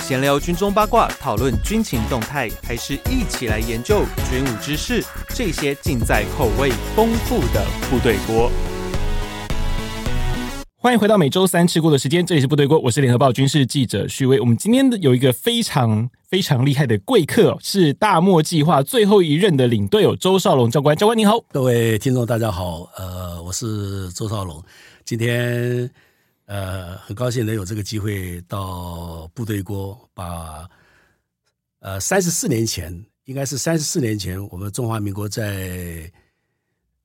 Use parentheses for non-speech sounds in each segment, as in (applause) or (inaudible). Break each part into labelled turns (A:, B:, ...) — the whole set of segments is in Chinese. A: 闲聊军中八卦，讨论军情动态，还是一起来研究军武知识？这些尽在口味丰富的部队锅。
B: 欢迎回到每周三吃锅的时间，这里是部队锅，我是联合报军事记者许巍。我们今天有一个非常非常厉害的贵客哦，是大漠计划最后一任的领队哦，周少龙教官。教官你好，
C: 各位听众，大家好，呃，我是周少龙，今天呃很高兴能有这个机会到部队锅，把呃三十四年前，应该是三十四年前，我们中华民国在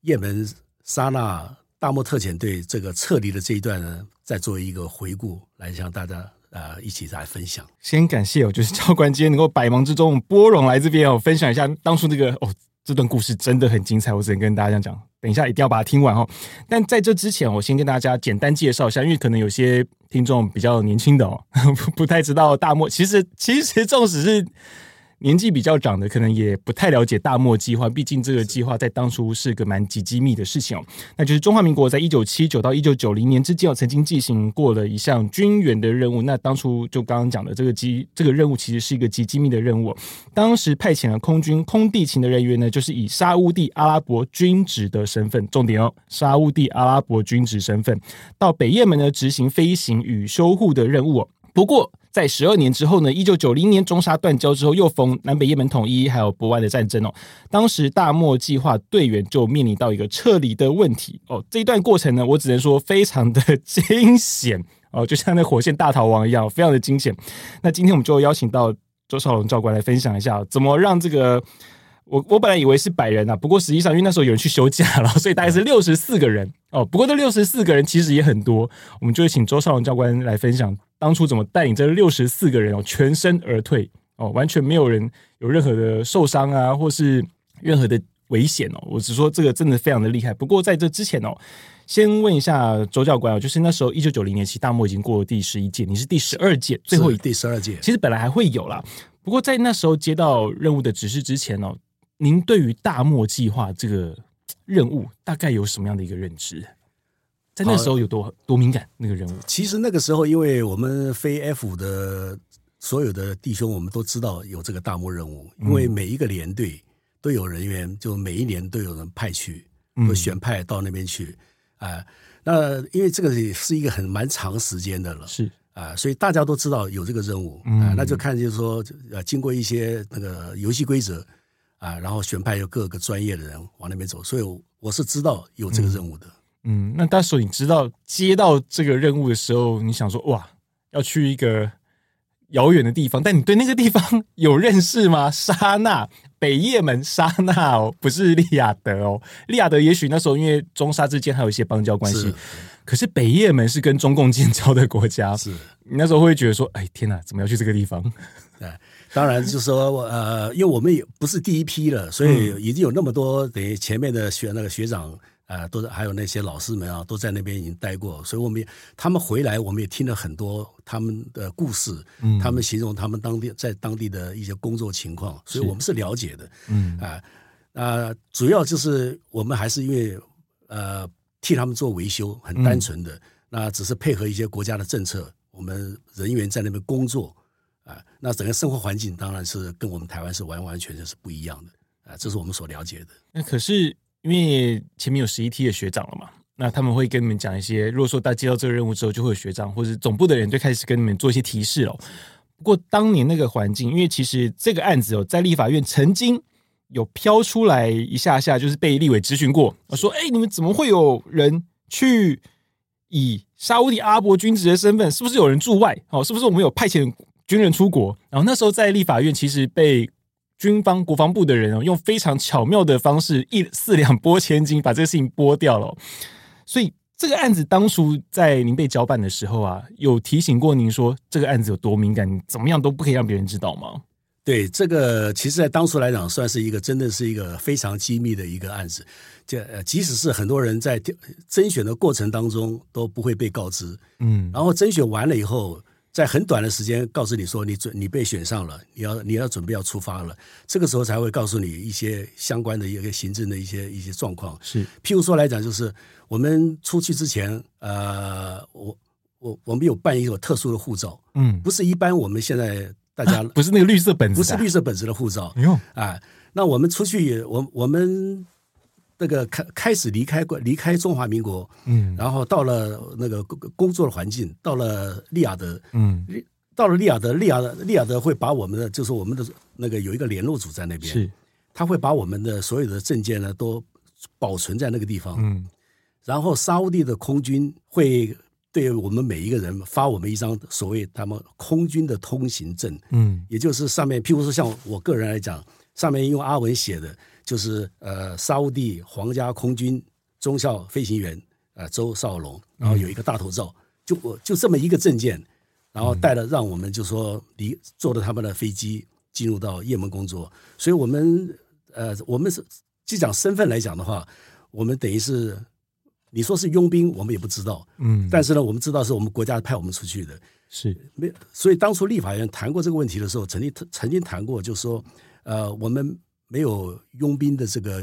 C: 也门沙那大漠特遣队这个撤离的这一段呢，再做一个回顾，来向大家呃一起来分享。
B: 先感谢哦，就是教官今天能够百忙之中拨冗来这边哦，分享一下当初这个哦这段故事真的很精彩，我只能跟大家这样讲。等一下一定要把它听完哦。但在这之前，我先跟大家简单介绍一下，因为可能有些听众比较年轻的哦， (laughs) 不不太知道大漠。其实其实纵使是年纪比较长的，可能也不太了解大漠计划，毕竟这个计划在当初是个蛮极机密的事情哦。那就是中华民国在一九七九到一九九零年之间，哦，曾经进行过的一项军援的任务。那当初就刚刚讲的这个机这个任务，其实是一个极机密的任务哦。当时派遣了空军空地勤的人员呢，就是以沙乌地阿拉伯军职的身份，重点哦，沙乌地阿拉伯军职身份，到北也门呢执行飞行与修护的任务、哦。不过，在十二年之后呢，一九九零年中沙断交之后，又逢南北也门统一，还有博湾的战争哦。当时大漠计划队员就面临到一个撤离的问题哦。这一段过程呢，我只能说非常的 (laughs) 惊险哦，就像那火线大逃亡一样，非常的惊险。那今天我们就邀请到周少龙教官来分享一下，怎么让这个我我本来以为是百人啊，不过实际上因为那时候有人去休假了，所以大概是六十四个人哦。不过这六十四个人其实也很多，我们就会请周少龙教官来分享当初怎么带领这六十四个人哦全身而退哦，完全没有人有任何的受伤啊，或是任何的危险哦。我只说这个真的非常的厉害。不过在这之前哦，先问一下周教官哦，就是那时候一九九零年，其实大漠已经过了第十一届，你是第十二届最后一
C: 是第十二届，
B: 其实本来还会有啦，不过在那时候接到任务的指示之前哦，您对于大漠计划这个嘖任务大概有什么样的一个认知？在那时候有
C: 呃
B: 多多敏感那个任务？
C: 其实那个时候，因为我们飞 F 的所有的弟兄，我们都知道有这个大漠任务，因为每一个连队都有人员，就每一年都有人派去，
B: 嗯
C: 都选派到那边去啊、那因为这个也是一个很蛮长时间的了，
B: 是
C: 啊，所以大家都知道有这个任务，啊
B: 嗯，
C: 那就看就是说，呃，经过一些那个游戏规则啊，然后选派有各个专业的人往那边走，所以我我是知道有这个任务的。
B: 嗯，那当时候你知道接到这个任务的时候，你想说哇，要去一个遥远的地方，但你对那个地方有认识吗？沙那，北也门沙那哦，不是利雅得哦。利雅得也许那时候因为中沙之间还有一些邦交关系
C: 是，
B: 可嗯是北也门是跟中共建交的国家，
C: 是
B: 你那时候会觉得说，哎天哪，怎么要去这个地方？
C: 哎，当然就是说，呃，因为我们也不是第一批了，所以已经有那么多等于前面的学那个学长啊、呃，都是还有那些老师们啊，都在那边已经待过，所以我们也他们回来，我们也听了很多他们的故事，
B: 嗯
C: 他们形容他们当地在当地的一些工作情况，所以我们是了解的。
B: 嗯
C: 啊、呃，主要就是我们还是因为呃替他们做维修，很单纯的，那只是配合一些国家的政策，我们人员在那边工作啊、那整个生活环境当然是跟我们台湾是完完全全是不一样的啊、这是我们所了解的。
B: 那可是因为前面有十一梯的学长了嘛，那他们会跟你们讲一些，如果说大家接到这个任务之后，就会有学长或者总部的人就开始跟你们做一些提示了。不过当年那个环境，因为其实这个案子哦，在立法院曾经有飘出来一下下，就是被立委质询过，说：“哎、你们怎么会有人去以沙乌地阿拉伯军职的身份？是不是有人驻外？哦，是不是我们有派遣军人出国？”然后那时候在立法院，其实被军方国防部的人哦，用非常巧妙的方式一四两拨千斤，把这个事情拨掉了哦、所以这个案子当初在您被交办的时候啊，有提醒过您说这个案子有多敏感，你怎么样都不可以让别人知道吗？
C: 对这个，其实，在当初来讲，算是一个真的是一个非常机密的一个案子。这呃即使是很多人在挑呃甄选的过程当中都不会被告知，
B: 嗯，
C: 然后甄选完了以后，在很短的时间告诉你说你准你被选上了，你要你要准备要出发了，这个时候才会告诉你一些相关的一个行政的一些一些状况。
B: 是，
C: 譬如说来讲，就是我们出去之前，呃，我我我们有办一种特殊的护照，
B: 嗯，
C: 不是一般我们现在大家、
B: 不是那个绿色本子，
C: 啊不是绿，啊色本子的护照
B: 哎呦，
C: 啊。那我们出去也，我我们那个开开始离开过离开中华民国，
B: 嗯
C: 然后到了那个工工作的环境，到了利雅得，
B: 嗯，
C: 到了利雅得，利雅得利雅得会把我们的就是我们的那个有一个联络组在那边，
B: 是，
C: 他会把我们的所有的证件呢都保存在那个地方，
B: 嗯
C: 然后沙乌地的空军会对我们每一个人发我们一张所谓他们空军的通行证，
B: 嗯
C: 也就是上面，譬如说像我个人来讲，上面用阿文写的就是呃沙乌地皇家空军中校飞行员呃周少龙，然后有一个大头照，就我就这么一个证件，然后带了让我们就说离坐着他们的飞机进入到也门工作，所以我们呃我们是就讲身份来讲的话，我们等于是你说是佣兵，我们也不知道，
B: 嗯，
C: 但是呢，我们知道是我们国家派我们出去的，
B: 是，
C: 没有，所以当初立法院谈过这个问题的时候，曾经曾经谈过，就是说，呃，我们没有佣兵的这个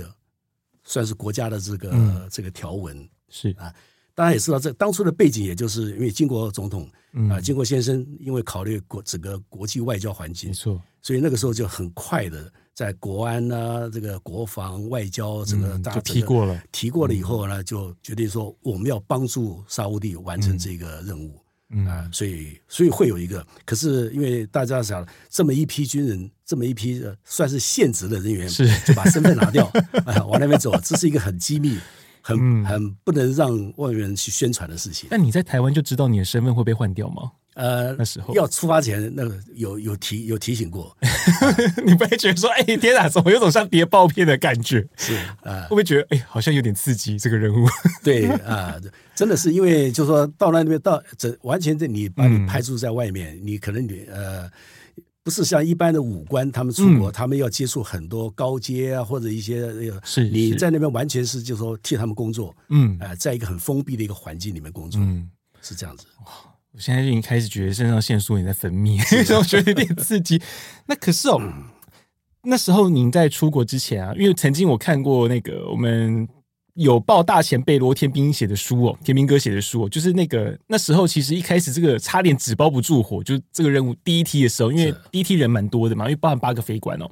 C: 算是国家的这个、
B: 嗯
C: 这个条文。
B: 是，
C: 大家也知道，这当初的背景，也就是因为经国总统
B: 嗯
C: 啊、经国先生，因为考虑国整个国际外交环境
B: 没，错，
C: 所以那个时候就很快的在国安啊、这个国防、外交整个
B: 嗯
C: 大
B: 就
C: 家
B: 批过了，嗯
C: 提过了以后呢，就决定说我们要帮助沙乌地完成这个任务。啊
B: 嗯，
C: 所以所以会有一个，可是因为大家想这么一批军人，这么一批呃算是现职的人员，
B: 是
C: 就把身份拿掉，啊，往那边走，这是一个很机密、很、
B: 嗯
C: 很不能让外面人去宣传的事情。
B: 那你在台湾就知道你的身份会被换掉吗？
C: 呃，
B: 那时候
C: 要出发前，那个有有提有提醒过，
B: (laughs) 你不会觉得说，哎，天哪，怎么有种像谍报片的感觉？
C: 是啊
B: 会不，会觉得，哎，好像有点刺激这个人物？
C: (laughs) 对啊，真的是因为就是说到那边到这完全的你把你
B: 嗯
C: 排除在外面，你可能你呃不是像一般的武官他们出
B: 嗯
C: 国，他们要接触很多高阶啊或者一些呃
B: 是
C: 你
B: 是
C: 在那边完全是就是说替他们工作，
B: 嗯
C: 呃，在一个很封闭的一个环境里面工作、
B: 嗯。
C: 是这样子。
B: 我现在已经开始觉得肾上腺素也在分泌，
C: 啊
B: (laughs) 所以我觉得有点刺激。 (laughs) 那可是哦，那时候您在出国之前啊，因为曾经我看过那个我们有报大前辈罗天兵写的书哦，天兵哥写的书、哦，就是那个那时候其实一开始这个差点纸包不住火，就是这个任务第一梯的时候，因为
C: 是
B: 第一梯人蛮多的嘛，因为包含八个飞官哦，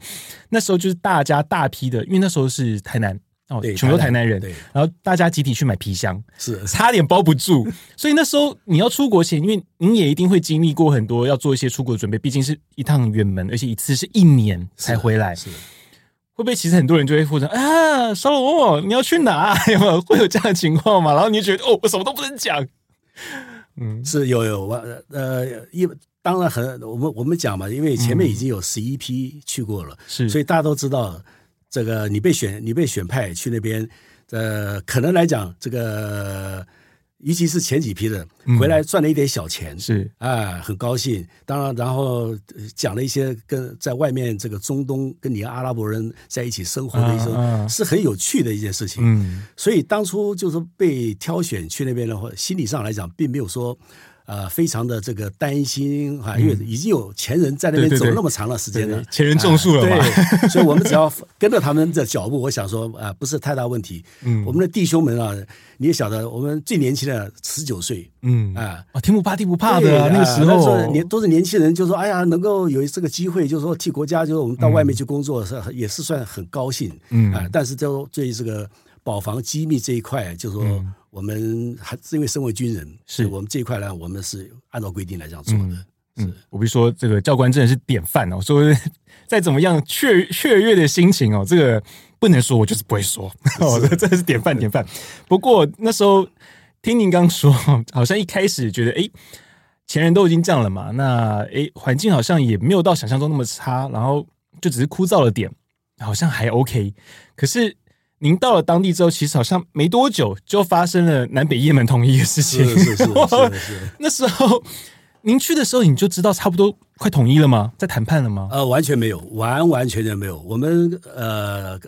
B: 那时候就是大家大批的，因为那时候是台南哦，
C: 对
B: 全部都台
C: 台南
B: 南人，
C: 对
B: 然后大家集体去买皮箱，
C: 是
B: 差点包不住。所以那时候你要出国前，因为您也一定会经历过很多要做一些出国的准备，毕竟是一趟远门，而且一次是啊一年才回来。
C: 是
B: 会不会其实很多人就会互相啊，沙龙，你要去哪？ (laughs) 有没有会有这样的情况嘛？然后你就觉得哦，我什么都不能讲。嗯，
C: 是有有我呃因为当然很我们我们讲嘛，因为前面已经有十一批去过了。
B: 是，
C: 所
B: 以
C: 以大家都知道，这个你被选，你被选派去那边，呃，可能来讲，这个尤其是前几批的
B: 嗯
C: 回来赚了一点小钱，
B: 是
C: 啊，很高兴。当然，然后呃讲了一些跟在外面这个中东跟你阿拉伯人在一起生活的一些，
B: 啊啊
C: 是很有趣的一件事情。
B: 嗯
C: 所以当初就是被挑选去那边的话，心理上来讲，并没有说。呃，非常的这个担心啊哈，因为已经有前人在那
B: 嗯对
C: 边
B: 对
C: 走
B: 对
C: 那么长的时间了
B: 对，前人种树了嘛
C: 啊
B: (laughs)
C: 对，所以我们只要跟着他们的脚步，我想说啊、呃不是太大问题。
B: 嗯
C: 我们的弟兄们啊，你也晓得，我们最年轻的十九岁
B: 嗯啊，
C: 啊。
B: 哦，天不怕地不怕的啊、
C: 对
B: 那个时候，
C: 年都是年轻人，就说哎呀，能够有这个机会，就说替国家，就是我们到外面去工作，是很也是算很高兴。
B: 嗯
C: 啊，但是就对这个保防机密这一块，就说
B: 嗯
C: 我们还是因为身为军人，
B: 是
C: 所以我们这一块呢，我们是按照规定来这样做
B: 嗯
C: 的。
B: 嗯，我必须说，这个教官真的是典范哦。所以再怎么样雀雀跃的心情哦，这个不能说，我就是不会说，哦，这真的是典范典范。不过那时候听您刚说，好像一开始觉得，诶，前人都已经这样了嘛，那诶，环境好像也没有到想象中那么差，然后就只是枯燥了点，好像还 OK。可是您到了当地之后，其实好像没多久就发生了南北也门统一的事情，
C: 是
B: (laughs)
C: 是是是是，
B: 那时候您去的时候，你就知道差不多快统一了吗？在谈判了吗？
C: 呃，完全没有，完完全全没有。我们呃，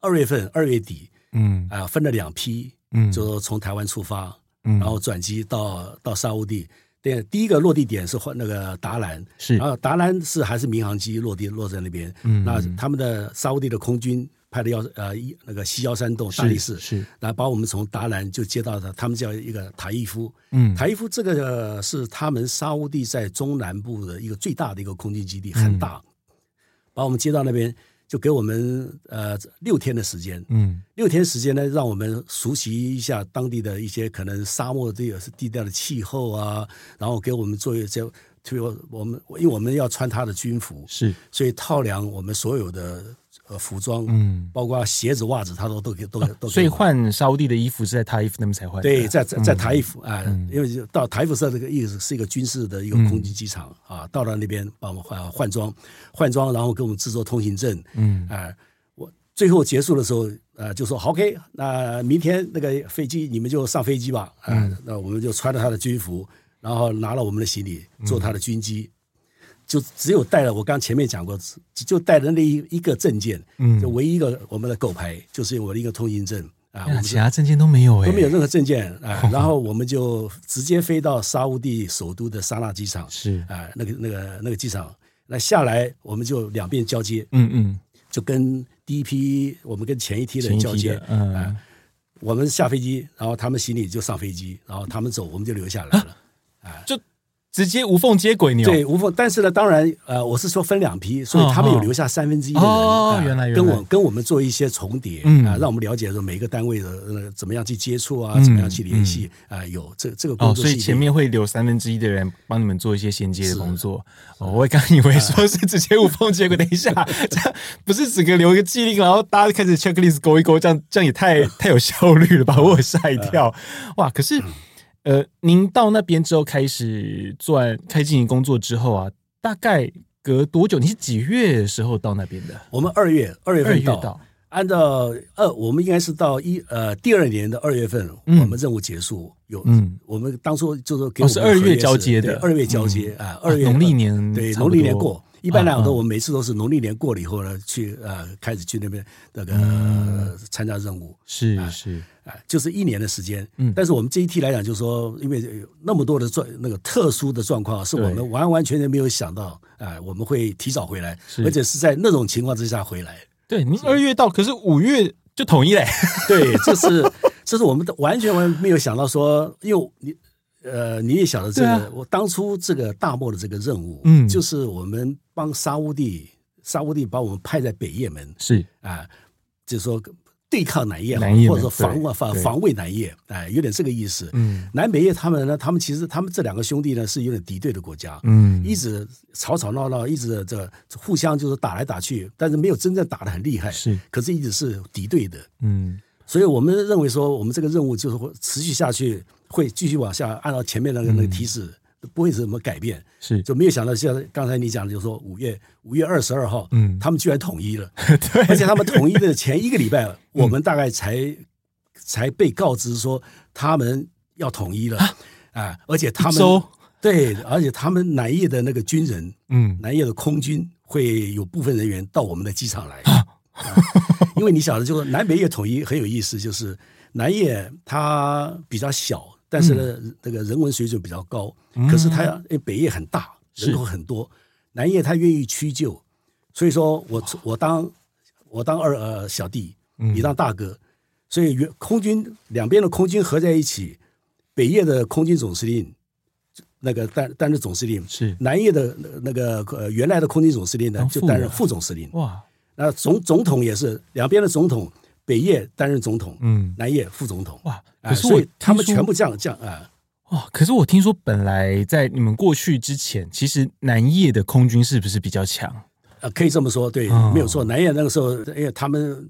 C: 二月份二月底
B: 嗯
C: 啊、分了两批，
B: 嗯
C: 就从台湾出发，
B: 嗯
C: 然后转机到到沙乌地。对，第一个落地点是换那个达兰，
B: 是
C: 然后达兰是还是民航机落地落在那边，
B: 嗯
C: 那他们的沙乌地的空军派的幺呃一那个西幺山洞大力士，
B: 是
C: 然后把我们从达兰就接到的他们叫一个塔伊夫，
B: 嗯
C: 塔伊夫这个呃是他们沙乌地在中南部的一个最大的一个空军基地，
B: 嗯
C: 很大，把我们接到那边就给我们呃六天的时间，
B: 嗯
C: 六天时间呢，让我们熟悉一下当地的一些可能沙漠地地带的气候啊，然后给我们做一些，推我们因为我们要穿他的军服，
B: 是
C: 所以套量我们所有的呃服装，
B: 嗯，
C: 包括鞋子、袜子，他都都给都给都给。
B: 所以换沙乌地的衣服是在他衣服那边才换的，嗯
C: 对，在在在台府啊，因为就到台府是这个意思是一个军事的一个空军机场
B: 嗯
C: 啊，到了那边帮我们换换装，换装，然后给我们制作通行证，
B: 嗯
C: 啊，我最后结束的时候，呃，就说好 OK，那明天那个飞机你们就上飞机吧，啊、
B: 嗯
C: 那我们就穿着他的军服，然后拿了我们的行李，坐他的军机，
B: 嗯
C: 就只有带了我刚前面讲过，只就带了那一一个证件，
B: 嗯
C: 就唯一一个我们的狗牌，就是我的一个通行证啊，我
B: 啊，
C: 们
B: 其
C: 是
B: 他证件都没有哎、
C: 都没有任何证件啊、
B: (laughs)
C: 然后我们就直接飞到沙乌地首都的沙那机场，
B: 是，
C: 啊、那个那个那个机场，那下来我们就两边交接，
B: 嗯嗯，
C: 就跟第一批我们跟前一批的
B: 前
C: 人
B: 一
C: 交
B: 批
C: 接
B: 的，，嗯、
C: 啊我们下飞机，然后他们行李就上飞机，然后他们走，我们就留下来了。
B: 直接无缝接啊轨，你有
C: 哎对，无缝。但是呢，当然，呃，我是说分两批，所以他们有留下三分之一的人，
B: 哦
C: 啊
B: 原来原来
C: 跟我跟我们做一些重叠，
B: 嗯
C: 啊，让我们了解说每一个单位的呃怎么样去接触啊，
B: 嗯
C: 怎么样去联系啊，有这这个工
B: 哦，所
C: 作是一
B: 以
C: 个
B: 前面会留三分之一的人帮你们做一些衔
C: 啊
B: 接的工作。哦，我也刚以为
C: 哎
B: 说是直接无缝接轨，等一下，这样不是整个留一个记令，然后大家开始 checklist 勾一勾，这样这样也
C: (laughs)
B: 太太有效率了吧？我有吓一跳，
C: 嗯
B: 哇！可是，呃，您到那边之后开始做完开进行工作之后啊，大概隔多久？你是几月的时候到那边的？
C: 我们二月二月
B: 二
C: 份
B: 月
C: 到，
B: 到，
C: 按照二，我们应该是到一呃第二年的二月份，
B: 嗯
C: 我们任务结束。有，
B: 嗯
C: 我们当初就是给
B: 哦
C: 我
B: 是
C: 们
B: 二
C: 合
B: 月
C: 是
B: 交接的嗯
C: 对二月交接啊，二月
B: 农历年
C: 对
B: 差不
C: 农历年
B: 多
C: 过。一般来讲
B: 啊
C: 都，
B: 啊
C: 我们每次都是农历年过了以后呢，去呃开始去那边那个、
B: 嗯
C: 呃参加任务
B: 是是，
C: 啊、就是一年的时间。
B: 嗯
C: 但是我们这一批来讲，就是说，因为有那么多的状那个特殊的状况，是我
B: 对
C: 们完完全全没有想到啊、我们会提早回来，
B: 是
C: 而且是在那种情况之下回来。
B: 对，您二月到，可是五月就统一嘞。
C: (laughs) 对，这是这是我们的完全完没有想到说，因为你呃你也晓得这
B: 对
C: 个，
B: 啊
C: 我当初这个大漠的这个任务，
B: 嗯
C: 就是我们帮沙乌地，沙乌地把我们派在北也门
B: 是
C: 啊，就是说对抗南叶，
B: 南叶门
C: 或者说防
B: 对
C: 防
B: 对
C: 防卫南叶，哎，有点这个意思。
B: 嗯
C: 南北叶他们呢，他们其实他们这两个兄弟呢是有点敌对的国家，
B: 嗯
C: 一直吵吵闹闹，一直这互相就是打来打去，但是没有真正打得很厉害，
B: 是
C: 可是一直是敌对的。
B: 嗯
C: 所以我们认为说，我们这个任务就是会持续下去，会继续往下，按照前面那个那个提示，
B: 嗯
C: 不会怎么改变。
B: 是 (laughs)
C: 就没有想到像刚才你讲的，就是说五月五月二十二号，
B: 嗯
C: 他们居然统一了，对，而且他们统一的前一个礼
B: (laughs)
C: 拜，
B: 嗯
C: 我们大概才才被告知说他们要统一了，啊，而且他
B: 一
C: 们
B: 周
C: 对，而且他们南叶的那个军人，
B: 嗯
C: 南叶的空军会有部分人员到我们的机场来，啊因为你晓得，就是南北越统一很有意思，就是南越它比较小，但是
B: 嗯
C: 呢，这个人文水准比较高，可是它因为北越很大，
B: 是
C: 人口很多，南越它愿意屈就，所以说我我当我当二呃小弟，
B: 啊嗯
C: 你当大哥，所以原空军两边的空军合在一起，北越的空军总司令。那个担担任总司令
B: 是
C: 南越的那个呃原来的空军总司令呢
B: 当，
C: 就
B: 副
C: 担任
B: 了
C: 副总司令。
B: 哇
C: 那总总统也是两边的总统，北越担任总统，
B: 嗯
C: 南越副总统。
B: 哇，
C: 啊
B: 可是
C: 所
B: 我
C: 以他
B: 听
C: 们全
B: 说
C: 部这样这样啊，
B: 哇，可是我听说本来在你们过去之前，其实南叶的空军是不是比较强？
C: 呃，可以这么说，对，
B: 哦
C: 没有错。南越那个时候，因为他们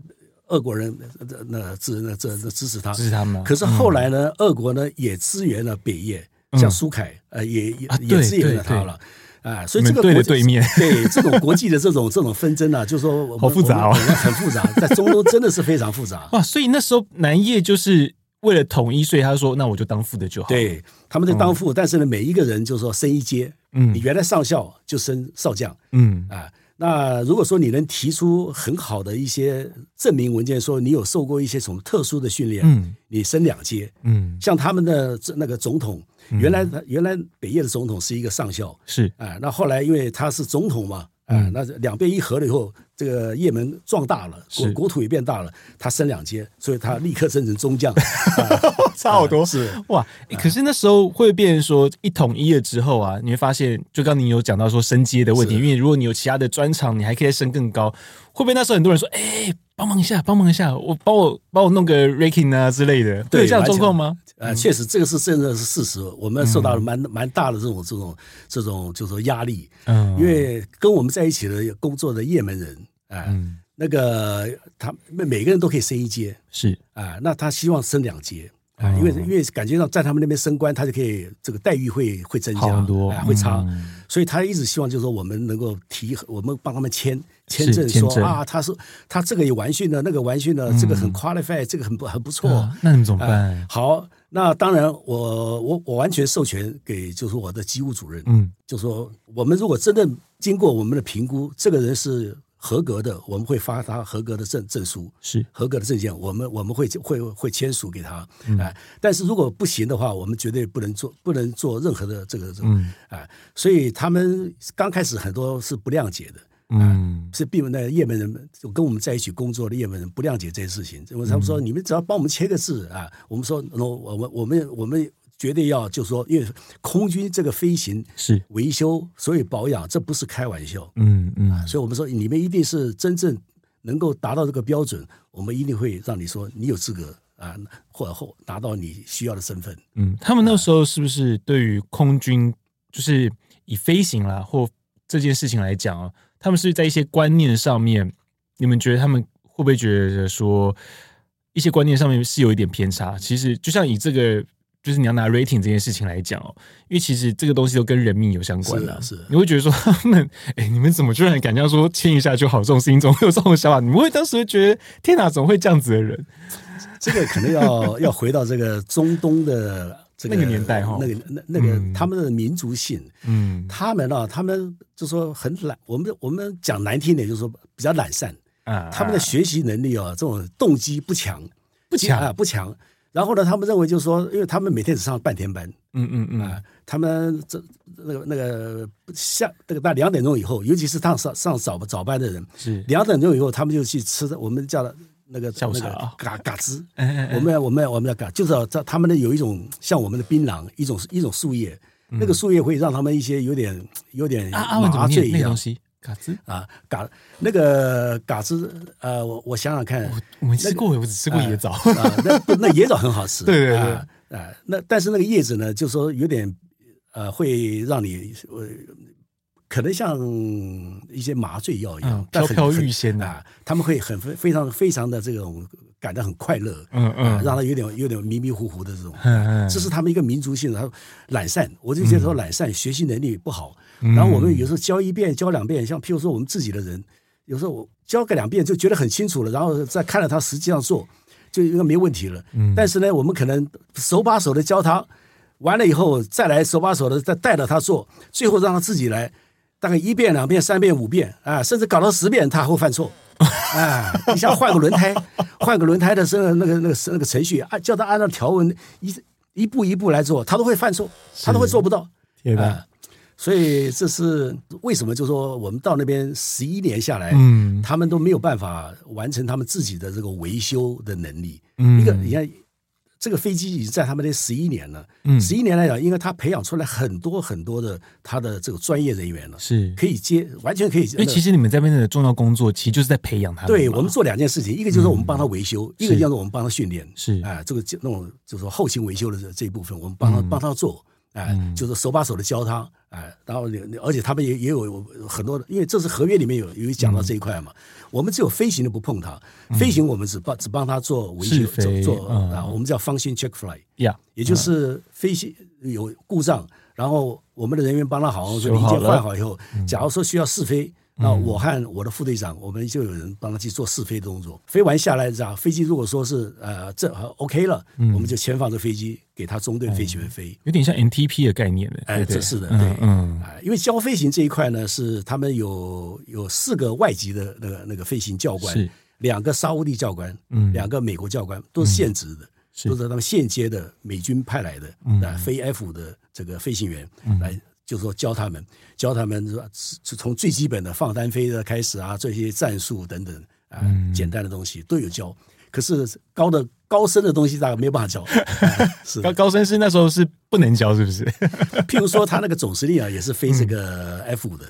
C: 俄国人呃那支那这那支持他，
B: 支持他们啊
C: 可是后来呢，俄国呢也支援了北越，
B: 嗯
C: 像苏凯呃也也
B: 啊
C: 也
B: 对
C: 支援
B: 对
C: 了他
B: 对
C: 了。啊，所以这个
B: 你们对的
C: 国际
B: 对面
C: (laughs) 对这种国际的这种这种纷争啊，就是说我们
B: 好复杂哦
C: 我们我们很复杂，在中东真的是非常
B: (laughs)
C: 复杂。
B: 哇，所以那时候南叶就是为了统一，所以他说那我就当副的就好。，
C: 对，他们在当副，但是呢，每一个人就是说升一阶，
B: 哦嗯
C: 你原来上校就升少将
B: 嗯
C: 啊。那如果说你能提出很好的一些证明文件，说你有受过一些什么特殊的训练，
B: 嗯
C: 你升两阶。
B: 嗯
C: 像他们的这那个总统，原来原来北越的总统是一个上校
B: 是
C: (laughs) 啊，那后来因为他是总统嘛，
B: 嗯
C: 啊，那两边一合了以后，这个雁门壮大了，国
B: 是
C: 国土也变大了，他升两阶，所以他立刻升成
B: (laughs)
C: 中将。啊
B: 差好多
C: 是
B: 哇、欸可是那时候会变成说，一统一了之后啊，你会发现，就刚你有讲到说升阶的问题，因
C: 是
B: 为如果你有其他的专长，你还可以再升更高。会不会那时候很多人说，哎、帮忙一下，帮忙一下，我帮我帮我弄个 raking 啊之类的，会
C: 对
B: 有这样的状况吗？
C: 啊，确实，这个是真的是事实。我们受到了蛮蛮大的这种这种这种就是说压力，
B: 嗯，
C: 因为跟我们在一起的工作的也门人啊，
B: 嗯
C: 那个他每每个人都可以升一阶
B: 是
C: 啊，那他希望升两阶啊，
B: 哦
C: 因为因为感觉到在他们那边升官，他就可以这个待遇会会增加，
B: 嗯好很多
C: 啊，会差。
B: 嗯
C: 所以他一直希望就是说我们能够提，我们帮他们签签证
B: 签
C: 说，
B: 证嗯
C: 啊，他是他这个也完训了，那个完训了，这个很 qualified，这个很不很不错。
B: 啊那你们怎么
C: 啊
B: 办？
C: 好，那当然我，我我完全授权给就是我的机务主任，
B: 嗯，
C: 就说我们如果真的经过我们的评估，这个人是合格的，我们会发他合格的证证书。
B: 是
C: 合格的证件，我们我们会会会签署给他，哎、但是如果不行的话，我们绝对不能做不能做任何的这个，这个
B: 嗯
C: 哎、所以他们刚开始很多是不谅解的，
B: 嗯
C: 是并那也门人就跟我们在一起工作的也门人不谅解这些事情，因为他们说、你们只要帮我们签个字啊，我们说 no，我们我们我们绝对要就说，因为空军这个飞行
B: 是
C: 维修所以保养，这不是开玩笑，
B: 嗯嗯
C: 啊所以我们说你们一定是真正能够达到这个标准，我们一定会让你说你有资格啊，或后拿到你需要的身份。
B: 嗯，他们那时候是不是对于空军就是以飞行啦或这件事情来讲啊，他们是不是在一些观念上面，你们觉得他们会不会觉得说一些观念上面是有一点偏差？其实就像以这个。就是你要拿 rating 这件事情来讲哦，因为其实这个东西都跟人命有相关的、
C: 是是
B: 你会觉得说他们，哎、你们怎么居然敢这样说亲一下就好？这种事情总会有这种想法，你们会当时会觉得天哪，怎么会这样子的人？
C: 这个可能要要回到这个中东的这个
B: 那个年代哈
C: 那个那那个
B: 嗯
C: 他们的民族性，
B: 嗯
C: 他们啊，他们就说很懒，我们我们讲难听点，就是说比较懒散，
B: 啊
C: 他们的学习能力啊，这种动机不强，
B: 不强
C: 啊不强。然后呢，他们认为就是说，因为他们每天只上半天班，
B: 嗯嗯嗯
C: 啊，他们这那个那个下那个到两点钟以后，尤其是上上上早早班的人，
B: 是
C: 两点钟以后他们就去吃我们叫的那个
B: 下午
C: 那
B: 茶
C: 个
B: 啊
C: 嘎嘎吱，
B: 哎
C: 我们我们我们要嘎，就是要在他们的有一种像我们的槟榔，一种一种树叶，那个树叶会让他们一些有点有点
B: 啊阿文怎么
C: 麻醉
B: 念那
C: 一
B: 个东
C: 样。
B: 西？嘎吱，
C: 啊，嘎那个嘎吱，呃，我我想想看，
B: 我我没吃过，我只吃过野枣。
C: 啊，那不那椰枣很好吃，
B: (laughs) 对对对
C: 啊，啊那但是那个叶子呢，就说有点呃，会让你呃，可能像一些麻醉药一样
B: 嗯，
C: 但很
B: 飘飘欲仙呐
C: 很啊，他们会很非非常非常的这种感到很快乐，
B: 嗯
C: 啊
B: 嗯
C: 让他有点有点迷迷糊糊的这种。
B: 嗯嗯，
C: 这是他们一个民族性的，他懒散，我就觉得说懒散，学习能力不好。然后我们有时候教一遍、教两遍，像譬如说我们自己的人，有时候我教个两遍就觉得很清楚了，然后再看着他实际上做，就应该没问题了。但是呢，我们可能手把手的教他，完了以后再来手把手的再带着他做，最后让他自己来，大概一遍、两遍、三遍、五遍啊，甚至搞到十遍，他还会犯错。啊，一下换个轮胎，换个轮胎的时候，那个那个那个程序啊，叫他按照条文一一步一步来做，他都会犯错，他都会做不到。
B: 天哪
C: 啊，所以这是为什么？就说我们到那边十一年下来，
B: 嗯
C: 他们都没有办法完成他们自己的这个维修的能力。
B: 嗯
C: 一个你看，这个飞机已经在他们那十一年了，
B: 嗯
C: 十一年来讲，应该他培养出来很多很多的他的这个专业人员了，
B: 是，
C: 可以接，完全可以。
B: 因为其实你们在那边的重要工作，其实就是在培养他们嘛。嗯
C: 对我们做两件事情，一个就是我们帮他维修，一个就是我们帮他训练。
B: 是
C: 啊，这个就那种就是说后勤维修的这这一部分，我们帮他、
B: 嗯
C: 帮他做，哎、就是手把手的教他，哎，然后你而且他们也也有很多的，因为这是合约里面有有讲到这一块嘛，
B: 嗯
C: 我们只有飞行的不碰它，飞行我们只帮只帮他做维修
B: 试，飞
C: 做做
B: 嗯
C: 啊，我们叫 function check fly，
B: 呀，
C: 也就是飞行有故障，然后我们的人员帮他好好说
B: 修
C: 零
B: 好
C: 件
B: 了嗯
C: 换好以后，假如说需要试飞，那我和我的副队长，我们就有人帮他去做试飞的动作。飞完下来，然后飞机如果说是呃这呃 OK 了，
B: 嗯
C: 我们就签放这飞机给他中队飞行员飞。
B: 有点像 NTP 的概念的。
C: 哎
B: 对不对
C: 这是的
B: 嗯
C: 对
B: 嗯
C: 啊，因为教飞行这一块呢，是他们有有四个外籍的那个那个飞行教官
B: 是，
C: 两个沙乌地教官，
B: 嗯
C: 两个美国教官都是现职的，
B: 是嗯
C: 都是他们现阶的美军派来的，啊，飞 F 的这个飞行员来就是说教他们，教他们是吧是从最基本的放单飞的开始啊，这些战术等等啊，
B: 嗯
C: 简单的东西都有教。可是高的高深的东西大概没有办
B: (laughs)
C: 法教，啊是
B: 高高升是那时候是不能教，是不是？
C: 譬如说他那个总司令啊，也是飞这
B: 嗯
C: 个 F 五的。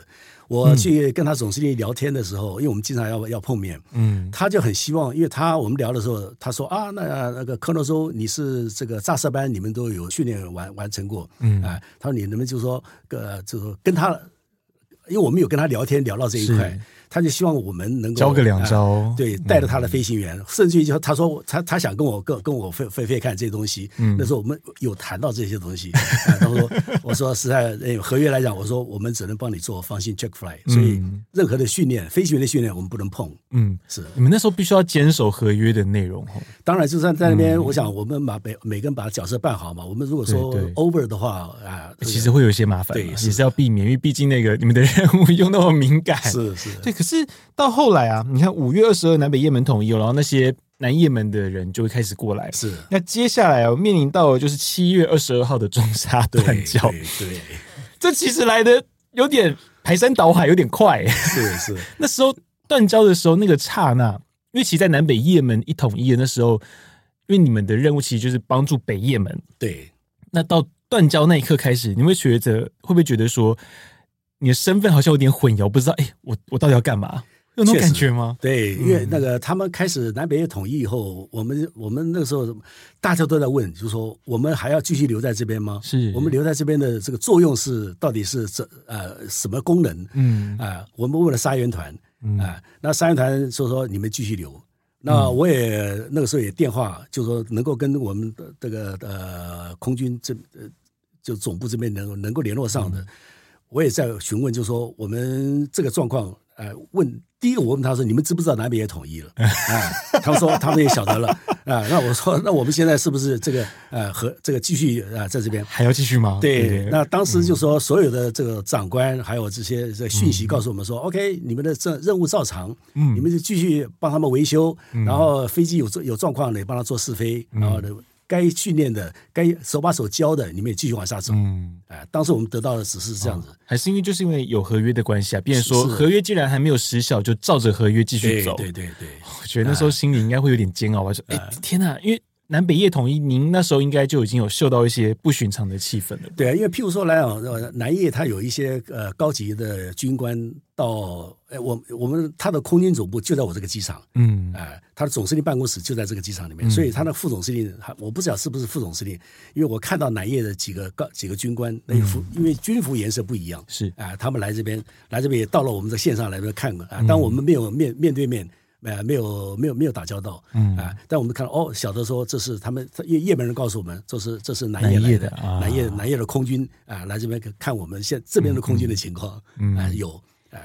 C: 我去跟他总司令聊天的时候，因为我们经常要要碰面，
B: 嗯，
C: 他就很希望，因为他我们聊的时候，他说啊，那那个科诺州你是这个炸射班，你们都有训练完完成过，嗯，啊，他说你能不能就说呃，就说跟他，因为我们有跟他聊天聊到这一块
B: 是，
C: 他就希望我们能
B: (laughs)
C: 够
B: 教个两
C: 啊
B: 招嗯
C: 对，带着他的飞行员，甚至于就他说我他他想跟我跟跟我飞飞飞看这些东西，
B: 嗯
C: 那时候我们有谈到这些东西，啊、 (laughs) 他说我说实在哎合约来讲，我说我们只能帮你做放心 check fly，所以任何的训练飞行员的训练我们不能碰，
B: 嗯，
C: 是。
B: 你们那时候必须要坚守合约的内容哦。
C: 当然，就算在那边，我想我们把每每个人把角色扮好嘛。我们如果
B: 嗯
C: 说
B: 对对
C: over 的话啊，这个
B: 其实会有一些麻烦嘛，
C: 对
B: 也
C: 是
B: 是要避免，因为毕竟那个你们的任务又那么敏感。
C: 是是
B: 对，可是到后来啊，你看五月二十二南北雁门统一哦，然后那些南雁门的人就会开始过来。
C: 是，
B: 那接下来哦，面临到的就是七月二十二号的中沙
C: 对
B: 断交，
C: 对对，
B: 这其实来的有点排山倒海，有点快。 (laughs)
C: 是是
B: 那时候断交的时候，那个刹那，因为其实在南北雁门一统一的那时候，因为你们的任务其实就是帮助北雁门，
C: 对。
B: 那到断交那一刻开始，你会觉得会不会觉得说你的身份好像有点混淆，不知道哎、诶我我到底要干嘛？有那种
C: 确实
B: 感觉吗？
C: 对，因
B: 嗯
C: 为那个他们开始南北越统一以后，我们我们那个时候大家都在问，就是说我们还要继续留在这边吗？
B: 是
C: 我们留在这边的这个作用是到底是这呃什么功能？
B: 嗯
C: 啊、我们问了沙原团啊、那沙原团说说你们继续留。那我也那个时候也电话，就说能够跟我们的这个呃空军这呃就总部这边能能够联络上的，我也在询问，就说我们这个状况，呃，问第一个我问他说，你们知不知道南北也统一了？啊，他们说他们也晓得了啊。那我说，那我们现在是不是这个呃和这个继续啊、在这边？
B: 还要继续吗？
C: 对
B: 不，
C: 那当时
B: 嗯
C: 就说所有的这个长官还有这些这讯息告诉我们说、o k 你们的这任务照常，
B: 嗯
C: 你们就继续帮他们维修，然后飞机有状有状况的也帮他做试飞，
B: 嗯
C: 然后呢该训练的、该手把手教的，你们也继续往下走。
B: 嗯，哦
C: 哎、当时我们得到的只是这样子，
B: 还是因为就是因为有合约的关系啊，别人说
C: 是是
B: 合约既然还没有失效，就照着合约继续
C: 对
B: 走。
C: 对对对，
B: 我觉得那时候心里应该会有点煎熬吧，说啊哎、天哪、因为南北夜统一，您那时候应该就已经有嗅到一些不寻常的气氛了。
C: 对啊，因为譬如说来讲，呃南叶他有一些呃高级的军官到，呃我我们他的空军总部就在我这个机场，
B: 嗯，
C: 哎、他的总司令办公室就在这个机场里面，所以他的副总司令，他我不知道是不是副总司令，因为我看到南叶的几个高几个军官，那服、因为军服颜色不一样，
B: 是
C: 啊、他们来这边来这边也到了我们的线上来这边看过啊、当我们没有面面对面。呃，没有，没有，没有打交道，嗯啊，但我们看到哦，晓得说这是他们，叶叶门人告诉我们，这是这是南叶
B: 南
C: 来
B: 叶
C: 的
B: 的啊
C: 南叶南叶的空军啊，来这边看我们现这边的空军的情况，嗯啊，有啊，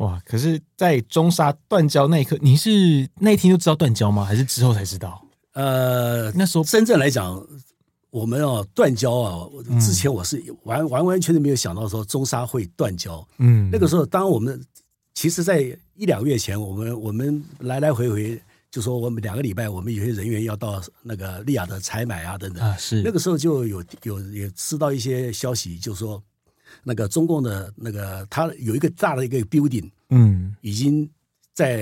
B: 哇！可是，在中沙断交那一刻，你是那一天就知道断交吗？还是之后才知道？
C: 呃，
B: 那时候
C: 真正来讲，我们啊断交啊，我之前我是完完完全全没有想到说中沙会断交。
B: 嗯，
C: 那个时候，当我们其实，在一两个月前，我们我们来来回回就说我们两个礼拜，我们有些人员要到那个利雅得采买啊等等。
B: 啊是
C: 那个时候就有有也知道一些消息，就说那个中共的那个它有一个大的一个 building
B: 嗯，
C: 已经在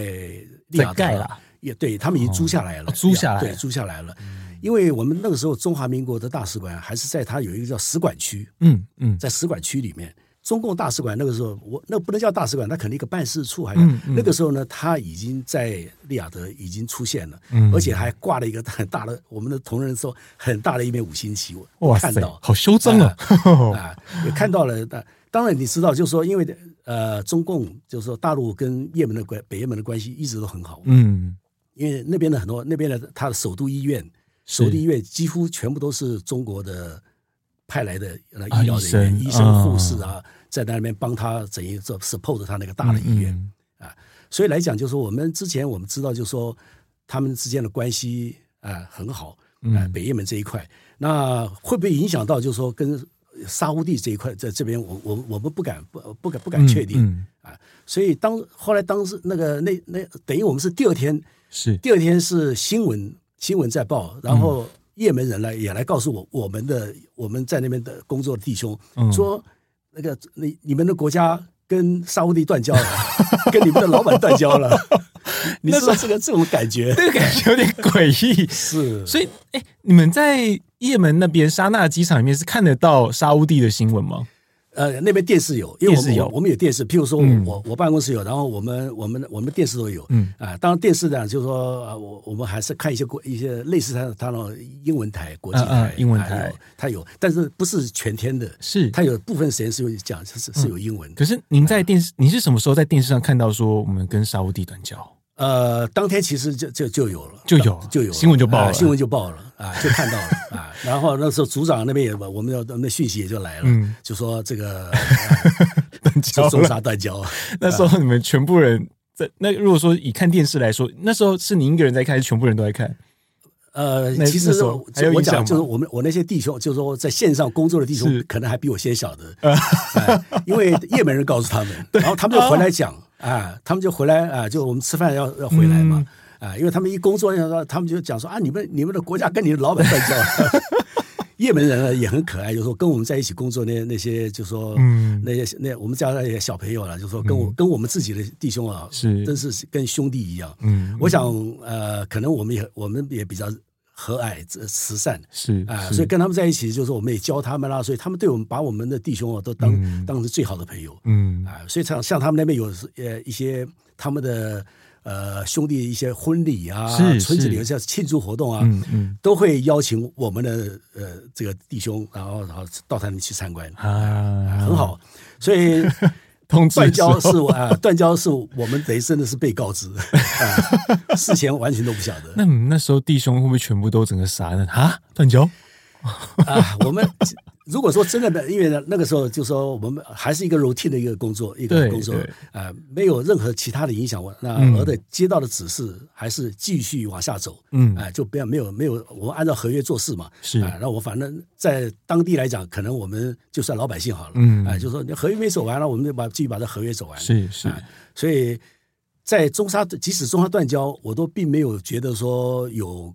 C: 利雅
B: 在
C: 得
B: 盖了。
C: 也对他们已经租下来了，
B: 哦租下来嗯
C: 对，租下来了。因为我们那个时候中华民国的大使馆还是在它有一个叫使馆区，
B: 嗯嗯，
C: 在使馆区里面，中共大使馆那个时候我那不能叫大使馆，那肯定一个办事处还有、
B: 嗯嗯
C: 那个时候呢，它已经在利雅得已经出现了，
B: 嗯
C: 而且还挂了一个很大的，我们的同仁说很大的一面五星旗，我我
B: 哇
C: 看
B: 塞
C: 到，
B: 好嚣张啊！
C: 啊，也看到了。那当然你知道，就是说，因为呃，中共就是说大陆跟也门的关北也门的关系一直都很好，
B: (laughs) 嗯，
C: 因为那边的很多那边的他的首都医院，首都医院几乎全部都是中国的派来的呃
B: 啊
C: 医疗人员、
B: 医生
C: 医
B: 啊
C: 生、护士啊，在那边帮他整一个 support 他那个大的医院。
B: 嗯
C: 所以来讲，就是说我们之前我们知道，就是说他们之间的关系啊、呃很好，啊、
B: 嗯
C: 北也门这一块，那会不会影响到就是说跟沙乌地这一块在这边，我我我们不敢不不敢不敢确定、
B: 嗯
C: 啊。所以当后来当时那个那那等于我们是第二天，
B: 是
C: 第二天是新闻新闻在报，然后也门人来也来告诉我我们的我们在那边的工作的弟兄、
B: 嗯
C: 说。那个你你们的国家跟沙乌地断交了，跟你们的老板断交了，你知道这个这种感觉
B: (laughs) 这个感觉有点诡
C: (laughs)
B: 异。
C: 是
B: 所以，哎、你们在也门那边沙那机场里面是看得到沙乌地的新闻吗？
C: 呃，那边电视有，因为我
B: 电视
C: 们
B: 有
C: 我我们有电视，譬如说
B: 嗯
C: 我我办公室有，然后我们我们我们电视都有，
B: 嗯
C: 啊，当然电视呢，就是说啊，我我们还是看一些国一些类似它它那种英文台、国际
B: 嗯
C: 台
B: 嗯、英文
C: 还有
B: 台
C: 它有，但是不是全天的，
B: 是。嗯
C: 它有部分时间是有讲是是是有英文的，
B: 可是您在电视，你是什么时候在电视上看到说我们跟沙乌地断交？
C: 呃，当天其实就就就有了，
B: 就有了
C: 就有了
B: 新闻就报了
C: 啊新闻就报了啊，就看到了啊。然后那时候组长那边也把我们要那讯息也就来了，
B: 嗯
C: 就说
B: (laughs)
C: 这个
B: 断
C: 就
B: 交
C: 中
B: 了。
C: 沙断交，
B: 那
C: 啊
B: 时候你们全部人在那，如果说以看电视来说，那时候是你一个人在看，还是全部人都在看？
C: 呃，
B: 那
C: 其
B: 那
C: 实
B: 时候
C: 我
B: 还有
C: 我
B: 影响
C: 讲
B: 吗
C: 就是我们我那些弟兄，就是说在线上工作的弟兄
B: 是，啊
C: 可能还比我先晓得， (laughs) 哎因为也门人告诉他们，然后他们就回来讲啊，他们就回来啊，就我们吃饭要要回来嘛。
B: 嗯
C: 啊，因为他们一工作，他们就讲说啊，你们你们的国家跟你的老板断交了。 (laughs) 也门人呢也很可爱，就是说跟我们在一起工作那那些，就说
B: 嗯
C: 那些那我们家那些小朋友啊了，就说跟我、跟我们自己的弟兄啊，
B: 是
C: 真是跟兄弟一样。
B: 嗯
C: 我想呃，可能我们也我们也比较和蔼这慈善
B: 是
C: 啊、
B: 是
C: 所以跟他们在一起，就是我们也教他们啦，所以他们对我们把我们的弟兄啊都当、
B: 嗯
C: 当成最好的朋友
B: 嗯
C: 啊、所以像像他们那边有呃一些他们的呃兄弟一些婚礼啊
B: 是、
C: 村子
B: 是
C: 里有一些庆祝活动啊。
B: 嗯嗯
C: 都会邀请我们的呃这个弟兄，然后然后到他们去参观，
B: 啊，
C: 很。好。所以
B: 通知
C: (laughs) 断
B: 之后
C: 交是我啊，断交是我们等于真的是被告知， (laughs) 啊，事前完全都不晓得。
B: (laughs) 那你们那时候弟兄会不会全部都整个傻了啊？断交？
C: 啊，我们如果说真的，因为呢那个时候就说我们还是一个 routine 的一个工作，一个
B: 对
C: 工作
B: 对
C: 啊、没有任何其他的影响。我那
B: 嗯
C: 我的接到的指示还是继续往下走，
B: 嗯
C: 啊、就不要没有没有，我们按照合约做事嘛。
B: 是
C: 啊，那我反正在当地来讲，可能我们就算老百姓好了，
B: 嗯
C: 啊、就说你合约没走完了，我们就把继续把这合约走完。
B: 是是
C: 啊所以在中沙，即使中沙断交，我都并没有觉得说有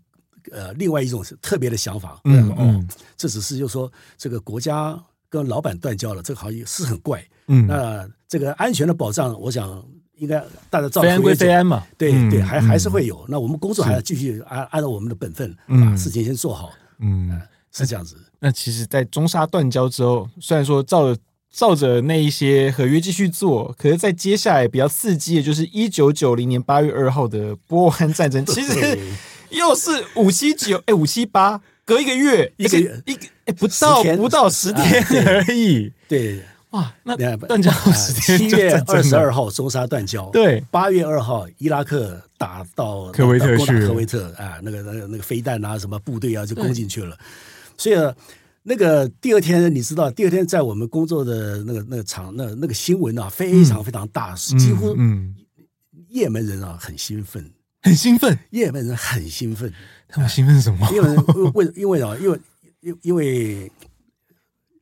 C: 呃另外一种特别的想法。
B: 嗯
C: 哦
B: 嗯
C: 这只是就说这个国家跟老板断交了，这个行业是很怪。
B: 嗯，
C: 那这个安全的保障，我想应该大家照
B: 非安归非
C: 安。
B: 安嘛，
C: 对
B: 嗯
C: 对，还还是
B: 嗯
C: 会有。那我们工作还要继续按按照我们的本分，
B: 嗯
C: 把事情先做好，
B: 嗯。
C: 是这样子。
B: 那其实，在中沙断交之后，虽然说照着照着那一些合约继续做，可是，在接下来比较刺激的就是一九九零年八月二号的波湾战争，其实又是五七九哎五七八，隔一个月，
C: 一个月
B: 一个哎不到
C: 十天
B: 不到十天
C: 啊对
B: 而已，
C: 对，
B: (laughs) 哇，那
C: 那
B: 断交
C: 呃
B: 十天
C: 七
B: 就
C: 月
B: 战争
C: 二十
B: 了
C: 二号中沙断交，
B: 对
C: 八月二号伊拉克打到
B: 科威特
C: 到攻打
B: 去了
C: 科威特啊，那个那个那个飞弹啊，什么部队啊就攻进去了，所以。那个第二天，你知道，第二天在我们工作的那个那个场，那那个新闻啊，非常非常大，
B: 嗯
C: 几乎
B: 嗯
C: 也门人啊很兴奋，
B: 很兴奋，
C: 也门人很兴奋，
B: 他们兴奋什么？
C: 呃因为为因为啊，因为因因为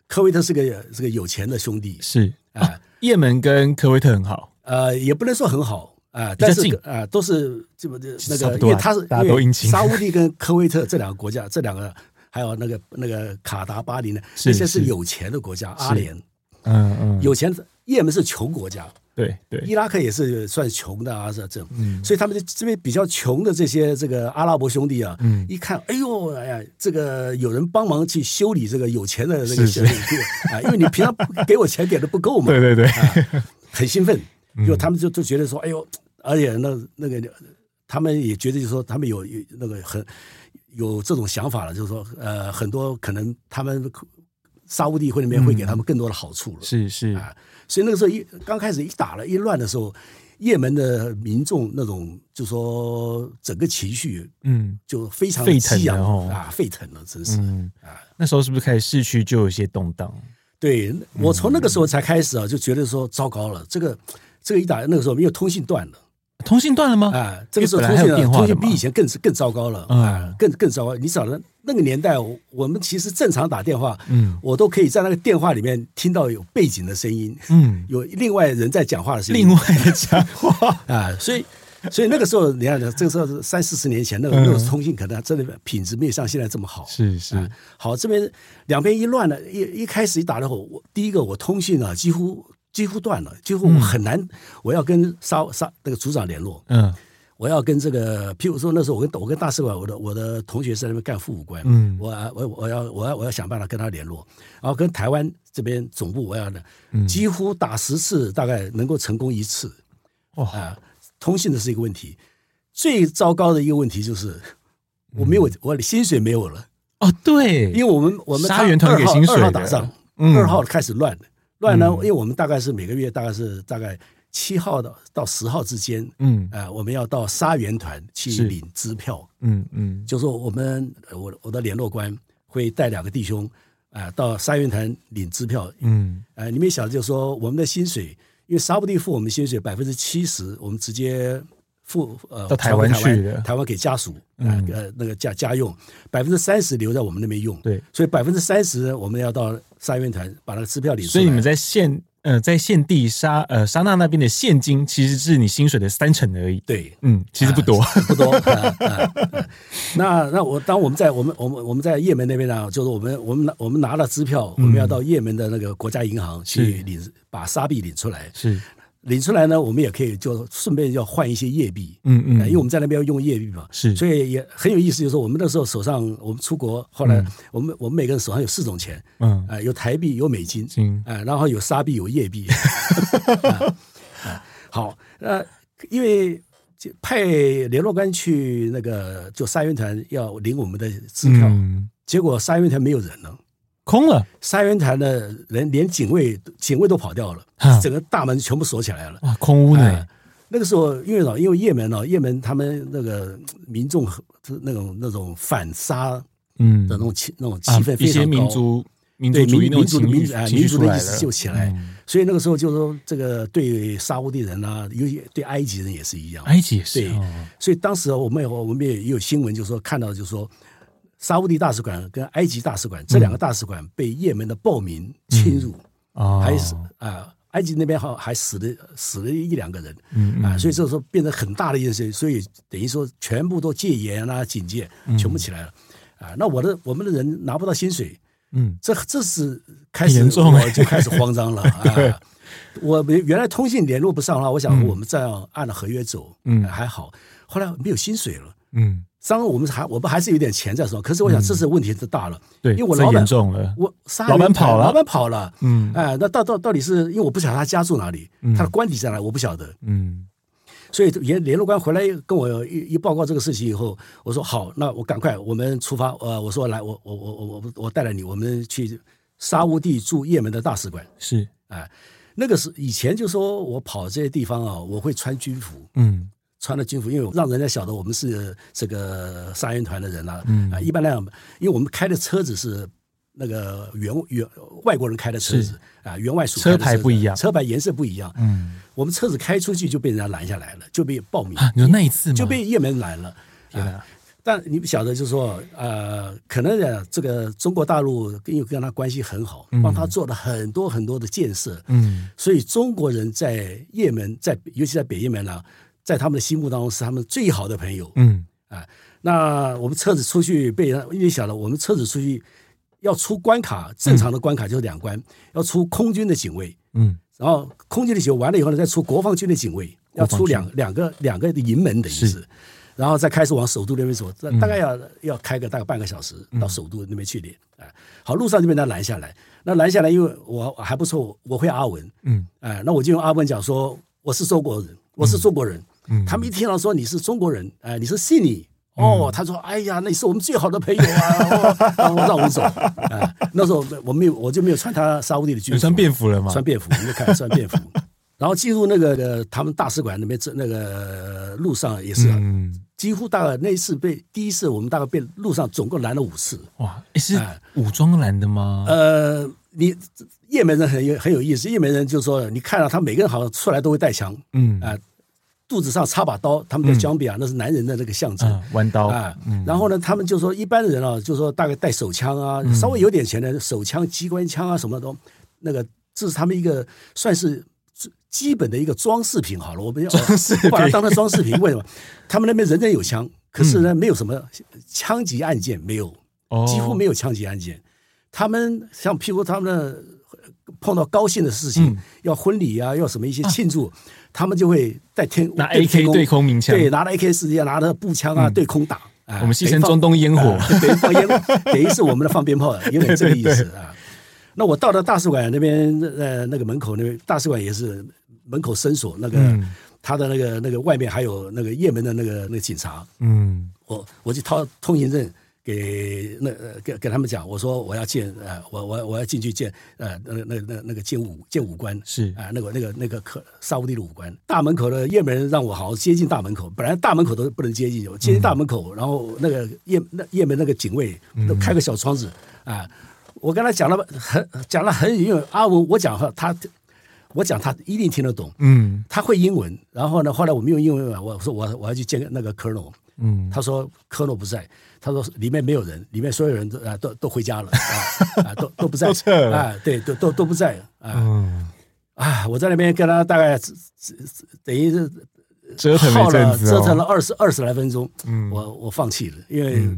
C: 科威特是个是个有钱的兄弟
B: 是
C: 啊，
B: 也门跟科威特很好，
C: 呃，也不能说很好啊、
B: 比较
C: 但是
B: 近
C: 啊、都是这么的那
B: 差不
C: 个，
B: 多
C: 因
B: 啊
C: 为他是
B: 大家
C: 因为
B: 都殷勤
C: 沙乌地跟科威特这两个国家，这 (laughs) 两个还有那个那个卡达、巴林呢，
B: 是
C: 那些
B: 是
C: 是有钱的国家，阿
B: 是
C: 联
B: 嗯嗯，
C: 有钱的，也门是穷国家，
B: 对对，
C: 伊拉克也是算穷的啊，这这，
B: 嗯
C: 所以他们就这边比较穷的这些这个阿拉伯兄弟啊，
B: 嗯
C: 一看，哎呦，哎呀，这个有人帮忙去修理这个有钱的这
B: 是
C: 个兄弟 (laughs) 啊，因为你平常不给我钱给的不够嘛，
B: 对对对，
C: 啊很兴奋，
B: 嗯
C: 就他们就就觉得说，哎呦，而且那那个他们也觉得就是说他们有有那个很有这种想法了，就是说呃，很多可能他们沙乌地会里面会给他们更多的好处了，
B: 是是，
C: 啊，所以那个时候一刚开始一打了一乱的时候，也门的民众那种就说整个情绪
B: 嗯。
C: 就非常
B: 沸腾
C: 激昂
B: 了哦
C: 啊，沸腾了，真是。
B: 嗯
C: 啊，
B: 那时候是不是开始市区就有一些动荡？
C: 对我
B: 嗯
C: 从那个时候才开始啊，就觉得说糟糕了，这个这个一打那个时候没有通信断了。
B: 通信断了吗？
C: 啊，这个时候
B: 因为哦本来
C: 通
B: 还
C: 讯
B: 有电话
C: 通
B: 的
C: 讯
B: 嘛
C: 比以前更更糟糕了啊
B: 嗯，
C: 更更糟糕。你找的那个年代，我我们其实正常打电话，
B: 嗯
C: 我都可以在那个电话里面听到有背景的声音， (laughs)
B: 嗯，
C: 有另外人在讲话的声音， (laughs)
B: 另外的家伙，
C: 啊，所以所以那个时候，你看，这个时候是三四十年前，那个
B: 嗯
C: 那个通信可能真的品质没有像现在这么好。
B: 是是
C: 啊，好，这边两边一乱了，一一开始一打的后，我第一个我通信啊，几乎几乎断了，几乎我很难，我要跟沙沙那个组长联络，
B: 嗯
C: 我要跟这个，譬如说那时候我跟我跟大使馆，我的我的同学是在那边干副武官，
B: 嗯
C: 我啊我我要我要我要想办法跟他联络，然后跟台湾这边总部我要的，
B: 嗯
C: 几乎打十次大概能够成功一次，
B: 哇
C: 啊，通信的是一个问题，最糟糕的一个问题就是我没有、
B: 嗯
C: 我的薪水没有了。
B: 哦，对，
C: 因为我们我们
B: 杀人团给薪水的
C: 二号打仗，
B: 嗯
C: 二号开始乱的，乱呢，
B: 嗯
C: 因为我们大概是每个月大概是大概七号到到十号之间，
B: 嗯
C: 呃，我们要到杀原团去
B: 是
C: 领支票，
B: 嗯嗯
C: 就说我们呃我我的联络官会带两个弟兄啊、呃到杀原团领支票，
B: 嗯，
C: 呃，你们想就是说我们的薪水，因为沙布地付我们薪水百分之七十，我们直接付呃
B: 到台湾
C: 传回
B: 去的
C: 台湾给家属啊、
B: 嗯
C: 呃那个家家用，百分之三十留在我们那边用，
B: 对，
C: 所以百分之三十我们要到沙院团把那个支票领出
B: 所
C: 来，
B: 以你们在现呃在现地沙呃沙那那边的现金其实是你薪水的三成而已，
C: 对。
B: 嗯，其实不多，
C: 不多， (laughs) 啊啊啊那那我当我们在我们我们我们在也门那边呢，就是我们我们拿我们拿了支票，我们要到也门的那个国家银行去
B: 嗯是
C: 领把沙币领出来，
B: 是，
C: 领出来呢，我们也可以就顺便要换一些夜币，
B: (laughs) 嗯嗯
C: 呃因为我们在那边要用夜币嘛，
B: 是
C: 所以也很有意思。就是说我们那时候手上，我们出国，后来我们、我们每个人手上有四种钱，
B: 嗯
C: 啊、有台币，有美金，
B: 行
C: 啊、然后有沙币，有
B: (laughs)
C: 夜币，啊啊好，呃，因为就派联络官去那个就沙云团要领我们的支票，
B: 嗯，
C: 结果沙云团没有人了。
B: 空了，
C: 沙云团的人连警卫警卫都跑掉了
B: 啊，
C: 整个大门全部锁起来了。
B: 哇，空屋呢
C: 哎，那个时候，因为老因为也门呢，也门他们那个民众很那种那种反杀的
B: 嗯
C: 那种气那种气
B: 啊
C: 氛
B: 一
C: 非
B: 些
C: 常高，
B: 民族民族
C: 对
B: 主义
C: 民
B: 那种
C: 民族的
B: 情
C: 民
B: 绪
C: 族啊
B: 情绪
C: 民族
B: 出
C: 的
B: 来
C: 意
B: 了
C: 识，就起来
B: 嗯，
C: 所以那个时候就说这个对沙乌地人啊，尤其对埃及人也是一样。
B: 埃及也是
C: 对
B: 哦，
C: 所以当时我们有我们也有新闻，就说看到就说沙乌地大使馆跟埃及大使馆这两
B: 嗯
C: 个大使馆被也门的暴民侵入，
B: 哦
C: 还死啊、埃及那边好还死了死了一两个人，
B: 嗯嗯
C: 啊，所以这时候变成很大的一件事，所以等于说全部都戒严啊、警戒，
B: 嗯
C: 全部起来了，啊，那我的我们的人拿不到薪水，
B: 嗯
C: 这这是开始
B: 很严重哎
C: 我就开始
B: (laughs)
C: 慌张了啊。我原来通信联络不上的话，我想我们这样按了合约走，
B: 嗯
C: 啊还好。后来没有薪水了，
B: 嗯，
C: 当然我们还我们还是有点钱在手，可是我想这次问题是大了，
B: 对，
C: 因为我
B: 这
C: 老板
B: 严重了，
C: 我杀
B: 老板
C: 人
B: 跑了
C: 老板跑了，
B: 嗯
C: 哎，那到到到底是因为我不晓得他家住哪里，他的官邸在哪，我不晓得，
B: 嗯
C: 所以联联络官回来跟我一一报告这个事情以后，我说好，那我赶快我们出发，呃，我说来，我我我我我我带着你，我们去沙乌地驻也门的大使馆，
B: 是，
C: 哎，那个是以前就说我跑这些地方啊，我会穿军服，
B: 嗯
C: 穿了军服，因为我让人家晓得我们是这个杀人团的人啊。
B: 嗯
C: 啊，一般来讲，因为我们开的车子是那个员员外国人开的车
B: 是
C: 子啊，员外属开的
B: 车牌
C: 车子
B: 不一样
C: 车牌颜色不一样。
B: 嗯
C: 我们车子开出去就被人家拦下来了，就被暴民
B: 啊，你说那一次吗
C: 就被也门拦了。啊
B: 天哪
C: 但你不晓得，就是说，呃，可能呢，这个中国大陆因为跟他关系很好，帮他做了很多很多的建设，
B: 嗯
C: 所以中国人在也门，在尤其在北也门呢、在他们的心目当中是他们最好的朋友。啊
B: 嗯
C: 那我们车子出去被人，因为晓得我们车子出去要出关卡，正常的关卡就是两关，要出空军的警卫，
B: 嗯
C: 然后空军的警卫完了以后呢，再出国防军的警卫，
B: 国
C: 要
B: 防军
C: 出两两个两个营门等于
B: 是
C: 是。然后再开始往首都那边走，大大概要、要开个大概半个小时
B: 嗯
C: 到首都那边去练。哎、好，路上就被他拦下来。那拦下来，因为我我还不错，我会阿文，
B: 嗯
C: 哎，那我就用阿文讲说我是中国人，我是中国人。
B: 嗯
C: 他们一听到说你是中国人，哎，你是悉尼。哦，他说：“哎呀，那你是我们最好的朋友啊！”哦 (laughs) 然后让我走。哎，那时候我没有，我就没有穿他沙乌地的军
B: 有
C: 服，
B: 穿便服了吗？
C: 穿便服，你就看穿便服。然后进入那个呃他们大使馆那边，这那个路上也是啊，
B: 嗯
C: 几乎大概那一次被第一次我们大概被路上总共拦了五次。
B: 哇，诶是
C: 哎
B: 武装拦的吗？
C: 呃，你也门人很有很有意思，也门人就说，你看到啊他每个人好像出来都会带枪，
B: 嗯
C: 啊、肚子上插把刀，他们叫江比啊，那是男人的那个象征。
B: 啊，弯刀
C: 啊，然后呢，他们就说一般人啊，就说大概带手枪啊，
B: 嗯
C: 稍微有点钱的手枪、机关枪啊，什么都那个，这是他们一个算是基本的一个装饰品好了，我们要
B: 装饰品
C: 我把它当成装饰品，为什么？他们那边人人有枪，可是
B: 嗯
C: 呢，没有什么枪击案件，没有，
B: 哦
C: 几乎没有枪击案件。他们像譬如他们的碰到高兴的事
B: 嗯
C: 情，要婚礼啊，要什么一些庆祝，他们就会带天
B: 拿
C: 对
B: AK 对空鸣枪嗯
C: 对，拿着 AK 四要拿着步枪啊，对空打。啊
B: 我们戏称
C: 北方
B: 中东烟火
C: 啊等于放烟，
B: (laughs)
C: 等于是我们的放鞭炮，有点这个意思啊。那我到了大使馆那边，呃，那个门口那边，大使馆也是门口深锁，那个、
B: 嗯
C: 他的那个那个外面还有那个也门的那个那个警察，
B: 嗯，
C: 我我就掏通行证给那呃给给他们讲，我说我要见呃我我我要进去见呃那那那那个见武见武官
B: 是
C: 啊、那个那个那个可沙乌地的武官，大门口的也门人让我好好接近大门口，本来大门口都不能接近，我接近大门口，然后那个也那也门那个警卫都开个小窗子啊、我跟他讲了很讲了很远阿文，我讲他我讲他一定听得懂，
B: 嗯
C: 他会英文，然后呢，后来我们用英文嘛，我说我我要去见那个 Colonel，
B: 嗯，
C: 他说 Colonel 不在，他说里面没有人，里面所有人都啊都都回家了啊
B: (laughs)
C: 啊都都不在
B: 都撤了
C: 啊，对，都都都不在啊
B: 嗯，
C: 啊！我在那边跟他大概只只只等于是
B: 折腾了
C: 耗
B: 一阵
C: 了
B: 子、哦，
C: 折腾了二十二十来分钟，
B: 嗯
C: 我我放弃了，因为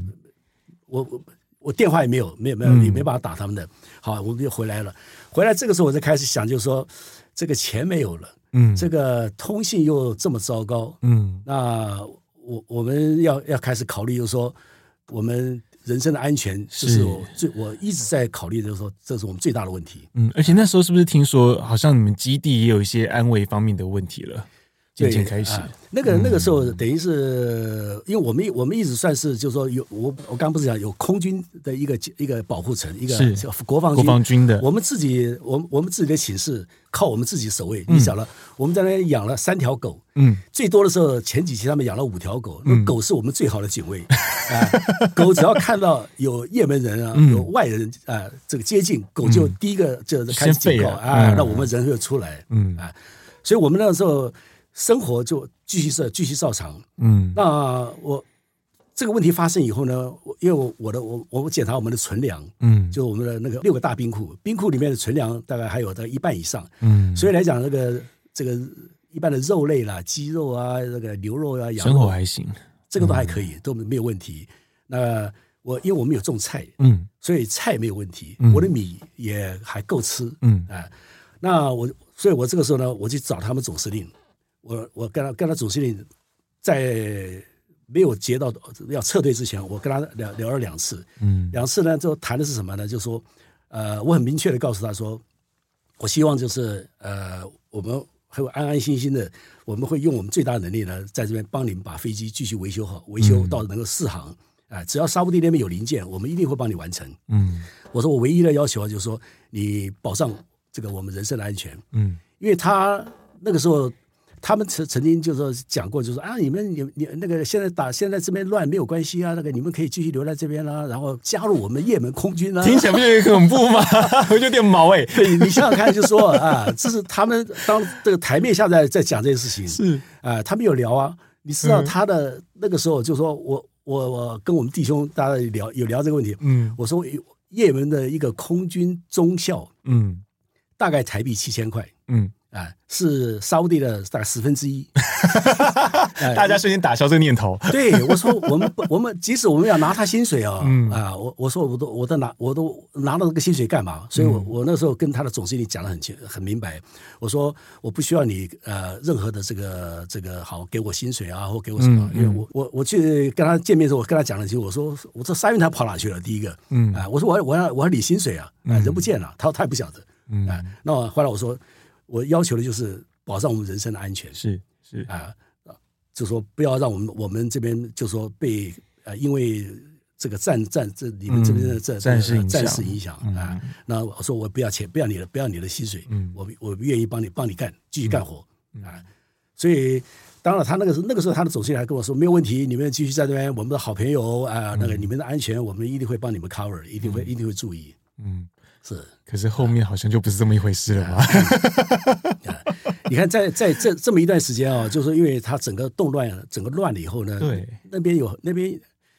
C: 我我我电话也没有，没有没有，
B: 嗯
C: 也没办法打他们的。好，我们就回来了。回来这个时候我就开始想，就是说这个钱没有了，
B: 嗯
C: 这个通信又这么糟糕，
B: 嗯
C: 那我我们要要开始考虑，就是说我们人身的安全，这
B: 是
C: 是我最我一直在考虑，就是说这是我们最大的问题。
B: 嗯，而且那时候是不是听说，好像你们基地也有一些安危方面的问题了？渐
C: 对，
B: 渐开始，嗯
C: 啊那个那个时候，等于是因为我们我们一直算是就是说有我我刚不是讲有空军的一个一个保护层，一个
B: 是
C: 国防
B: 国防军的
C: 我们自己我们我们自己的寝室靠我们自己守卫。你想了，我们在那里养了三条狗，
B: 嗯，
C: 最多的时候，前几期他们养了五条狗，那狗是我们最好的警卫。啊， (laughs) 狗只要看到有也门人啊，
B: 嗯
C: 有外人啊，这个接近，狗就第一个就是开始警告
B: 先吠啊
C: 啊，
B: 嗯
C: 那我们人会出来。
B: 嗯
C: 啊，所以我们那时候生活就继续是继续照常。
B: 嗯
C: 那我这个问题发生以后呢，我因为我我的我我检查我们的存粮，
B: 嗯
C: 就我们的那个六个大冰库，冰库里面的存粮大概还有到一半以上。
B: 嗯，
C: 所以来讲，这个这个一般的肉类啦、鸡肉啊、这个牛肉啊、羊
B: 生活
C: 肉，
B: 还嗯行，
C: 这个都还可以，都没有问题。那我因为我们有种菜，
B: 嗯
C: 所以菜没有问题
B: 嗯，
C: 我的米也还够吃
B: 嗯
C: 啊。那我，所以我这个时候呢，我去找他们总司令，我我跟他跟他总司令在没有接到要撤退之前，我跟他聊聊了两次，
B: 嗯
C: 两次呢，就谈的是什么呢？就说，呃，我很明确的告诉他说，我希望就是呃，我们还有安安心心的，我们会用我们最大的能力呢，在这边帮你们把飞机继续维修好，维修到能够试航。啊、只要沙乌地那边有零件，我们一定会帮你完成。
B: 嗯
C: 我说我唯一的要求啊，就是说你保障这个我们人身的安全。 (laughs)
B: 嗯
C: 因为他那个时候他们曾曾经就说讲过，就说啊，你们你你那个现在打现在这边乱没有关系啊，那个你们可以继续留在这边啦、然后加入我们也门空军啦、
B: 听起来不就有点恐怖吗？ (laughs) 我就有点毛哎、
C: 对你想想看，就说啊，这是他们当这个台面下在在讲这件事情，
B: 是
C: 啊、他们有聊啊。你知道
B: 嗯
C: 他的那个时候就说我我我跟我们弟兄大家聊有聊这个问题，
B: 嗯
C: 我说也门的一个空军中校
B: 嗯
C: 大概台币七千块，
B: 嗯，
C: 啊，是沙乌地的大概十分
B: (laughs)
C: 之一。哎
B: 大家瞬间打消这个念头，
C: 对我说，我们不我们即使我们要拿他薪水哦，
B: 嗯
C: 啊，我我说我都我都拿我都拿到这个薪水干嘛？所以
B: 嗯
C: 我，我那时候跟他的总经理讲的很清很明白，我说我不需要你呃任何的这个这个好给我薪水啊，或给我什么，
B: 嗯
C: 因为我我我去跟他见面的时候，我跟他讲了一句，我说我这三元堂跑哪去了？第一个，
B: 嗯
C: 啊，我说我要我要我要领薪水啊，啊人不见了，他他也不晓得，
B: 嗯
C: 啊，那后来我说我要求的就是保障我们人身的安全，
B: 是是，
C: 啊，就说不要让我们我们这边就说被呃，因为这个战战这你们这边的
B: 嗯
C: 战
B: 战事影响
C: 战事影响啊，那我说我不要钱，不要你的，不要你的薪水，
B: 嗯
C: 我我愿意帮你帮你干，继续干活啊，所以。当然，他那个时候那个时候，他的总经理还跟我说，没有问题，你们继续在这边，我们的好朋友啊、那
B: 嗯
C: 个你们的安全，我们一定会帮你们 cover，一定会、一定会注意。
B: 嗯，
C: 是，
B: 可是后面好像就不是这么一回事了吧？
C: (laughs) 你看在，在这这么一段时间啊，就是因为他整个动乱，整个乱了以后
B: (laughs)
C: 呢，
B: 对，
C: 那边有那边，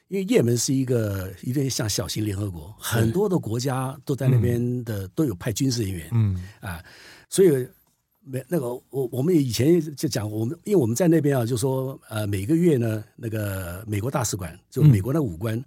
C: 因为也门是一个有点像小型联合国，很多的国家都在那边的、都有派军事人员、
B: 嗯
C: 啊，所以没那个，我我们以前就讲，我们因为我们在那边啊，就说呃，每个月呢，那个美国大使馆就
B: 嗯
C: 美国的武官，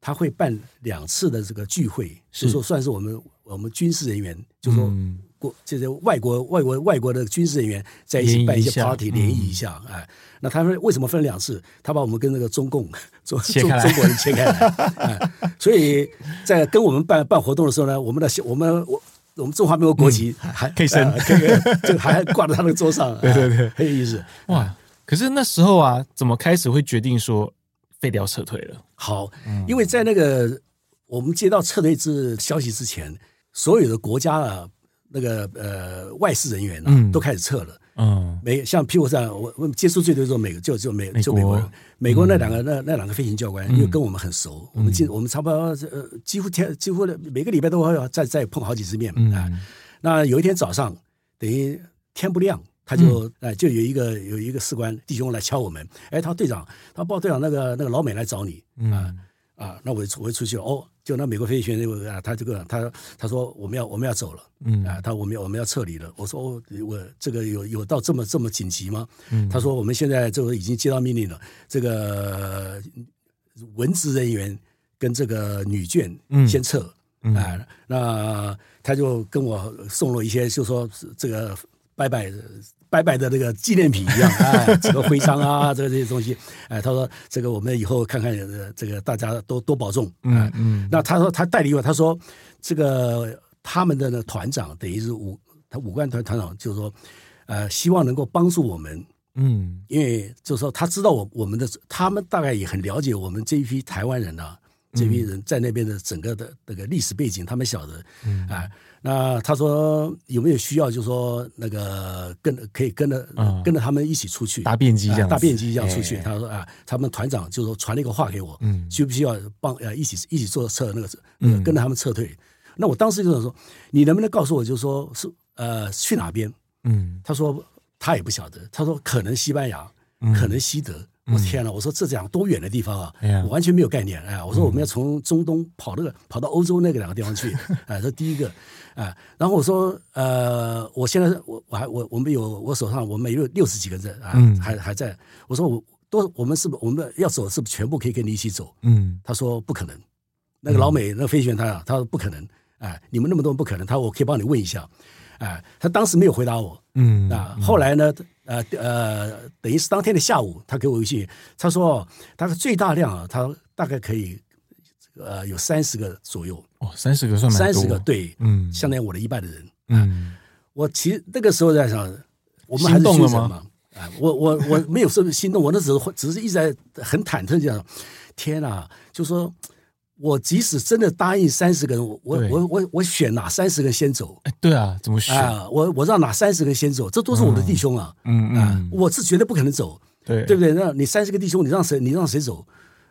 C: 他会办两次的这个聚会，
B: 是
C: 就说算是我们我们军事人员，就说
B: 嗯
C: 国就是外国外国外国的军事人员在一起
B: 联谊
C: 办一
B: 一
C: 些
B: 下
C: party
B: 嗯
C: 联谊一下，哎，那他们为什么分两次？他把我们跟那个中共中
B: 切
C: 中
B: 开来
C: 中国人切开来，哎，所以在跟我们办办活动的时候呢，我们的我们我。我们中华民国国旗还
B: 嗯可以升
C: 哎可以这个还挂在他那个
B: (laughs)
C: 桌上，对对对，很有意思。
B: 哇！可是那时候啊，怎么开始会决定说废掉撤退了？
C: 好，
B: 嗯
C: 因为在那个我们接到撤退之消息之前，所有的国家啊，那个呃外事人员
B: 嗯
C: 啊，都开始撤了。
B: 嗯，
C: 美像譬如像我我们接触最多就是美就就美
B: 美国
C: 就美国人，美国那两个、那那两个飞行教官，因为跟我们很熟，我们进我们差不多呃几乎天几乎每个礼拜都会要再再碰好几次
B: 嗯
C: 面、啊。那有一天早上，等于天不亮，他就哎、就有一个有一个士官弟兄来敲我们，哎，他说队长，他报队长那个那个老美来找你，
B: 嗯
C: 啊啊，那我就出我就出去了哦，就那美国飞行员就啊，他这个他他说我们要我们要走了，
B: 嗯
C: 啊，他我们要我们要撤离了。我说哦，我这个有有到这么这么紧急吗？
B: 嗯
C: 他说我们现在这个已经接到命令了，这个呃文职人员跟这个女眷
B: 嗯
C: 先撤，
B: 嗯
C: 啊，那他就跟我送了一些，就说这个拜拜拜拜的那个纪念品一样，哎，这个徽章啊，这个这些东西，哎，他说这个我们以后看看呃这个大家都多保重，哎，
B: 嗯
C: 那他说他代理我，他说这个他们的呢团长等于是武他武官团团长，就是说呃希望能够帮助我们，
B: 嗯
C: 因为就是说他知道我我们的，他们大概也很了解我们这一批台湾人啊，这批人在那边的整个的那个历史背景，他们晓得，嗯、啊，那他说有没有需要，就是说那个跟可以跟着、
B: 嗯
C: 跟着他们一起出去
B: 搭便机这样
C: 啊
B: 子
C: 搭便机这样出
B: 哎
C: 去。他说啊，他们团长就说传了一个话给我，
B: 嗯
C: 需不需要帮呃一起一起做撤那个、那个跟着他们撤退？那我当时就想说，你能不能告诉我，就是说是呃去哪边？
B: 嗯
C: 他说他也不晓得，他说可能西班牙，
B: 嗯
C: 可能西德。我天哪！我说这两个多远的地方啊
B: 哎呀，嗯
C: 我完全没有概念。哎呀，我说我们要从中东跑那个跑到欧洲那个两个地
B: (laughs)
C: 方去。哎，这第一个，哎，然后我说呃，我现在我我还我我们有我手上我们有六十几个人啊
B: 嗯，
C: 还还在。我说我都我们是不我们要走是不是全部可以跟你一起走？
B: 嗯
C: 他说不可能。那个老美那个飞行员他啊，他说不可能，哎，你们那么多人不可能。他说我可以帮你问一下，哎，他当时没有回答我。
B: 嗯
C: 啊，后来呢，呃呃，等于是当天的下午，他给我微信，他说大概最大量啊，他大概可以呃有三十个左右，
B: 哦，三十个算蛮
C: 三
B: 多，
C: 十个，对，
B: 嗯
C: 相当于我的一半的人。
B: 嗯
C: 我其实那个时候在想，我们还
B: 心
C: 是
B: 动
C: 学
B: 了
C: 生
B: 吗
C: 嘛，啊，我我我没有说心动，我那时候只是一直在很忐忑这样，天哪，就说。我即使真的答应三十个人，我我
B: 对
C: 我我我选哪三十个先走
B: 哎，对啊，怎么选？
C: 啊？我我让哪三十个先走？这都是我的弟兄啊！
B: 嗯
C: 啊
B: 嗯，，
C: 我是绝对不可能走，
B: 对
C: 对不对？那你三十个弟兄，你让谁你让谁走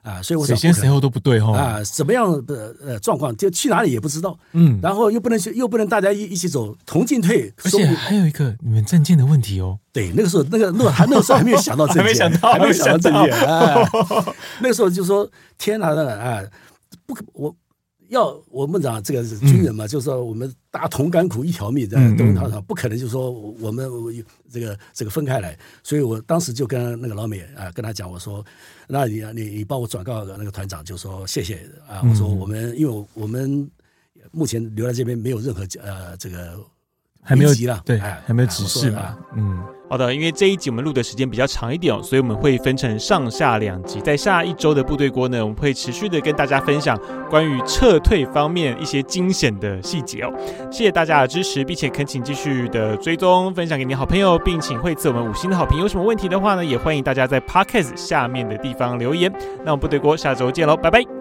C: 啊？所以我
B: 谁
C: 想
B: 先
C: 不可
B: 谁后都不对哈。
C: 啊，怎么样的呃状况，就去哪里也不知道，
B: 嗯
C: 然后又不能去，又不能大家一一起走，同进退，
B: 而
C: 说
B: 且
C: 不
B: 还有一个你们证件的问题哦。
C: 对，那个时候那个那个还那个时候还没有
B: (laughs)
C: 想到这
B: 还
C: 件，
B: 没想到
C: 还没有想到这
B: 还没
C: 件，哎，那个时候就说天哪，那哎，不可我。要我们讲这个是军人嘛，就是说我们大家同甘苦一条命，这
B: 嗯
C: 样
B: 嗯
C: 都同上不可能就说我我们我这个这个分开来，所以我当时就跟那个老美啊跟他讲，我说，那你你你帮我转告那个团长，就说谢谢啊，我说
B: 嗯
C: 我们因为我我们目前留在这边没有任何呃这个
B: 还没有
C: 危机了，
B: 对，
C: 哎
B: 还没有
C: 哎
B: 指
C: 我说
B: 示
C: 啊
B: 嘛。嗯，
A: 好的，因为这一集我们录的时间比较长一点、哦，所以我们会分成上下两集。在下一周的部队锅呢，我们会持续的跟大家分享关于撤退方面一些惊险的细节哦。谢谢大家的支持，并且恳请继续的追踪、分享给你的好朋友，并请惠赐我们五星的好评。有什么问题的话呢，也欢迎大家在 Podcast 下面的地方留言。那我们部队锅下周见喽，拜拜。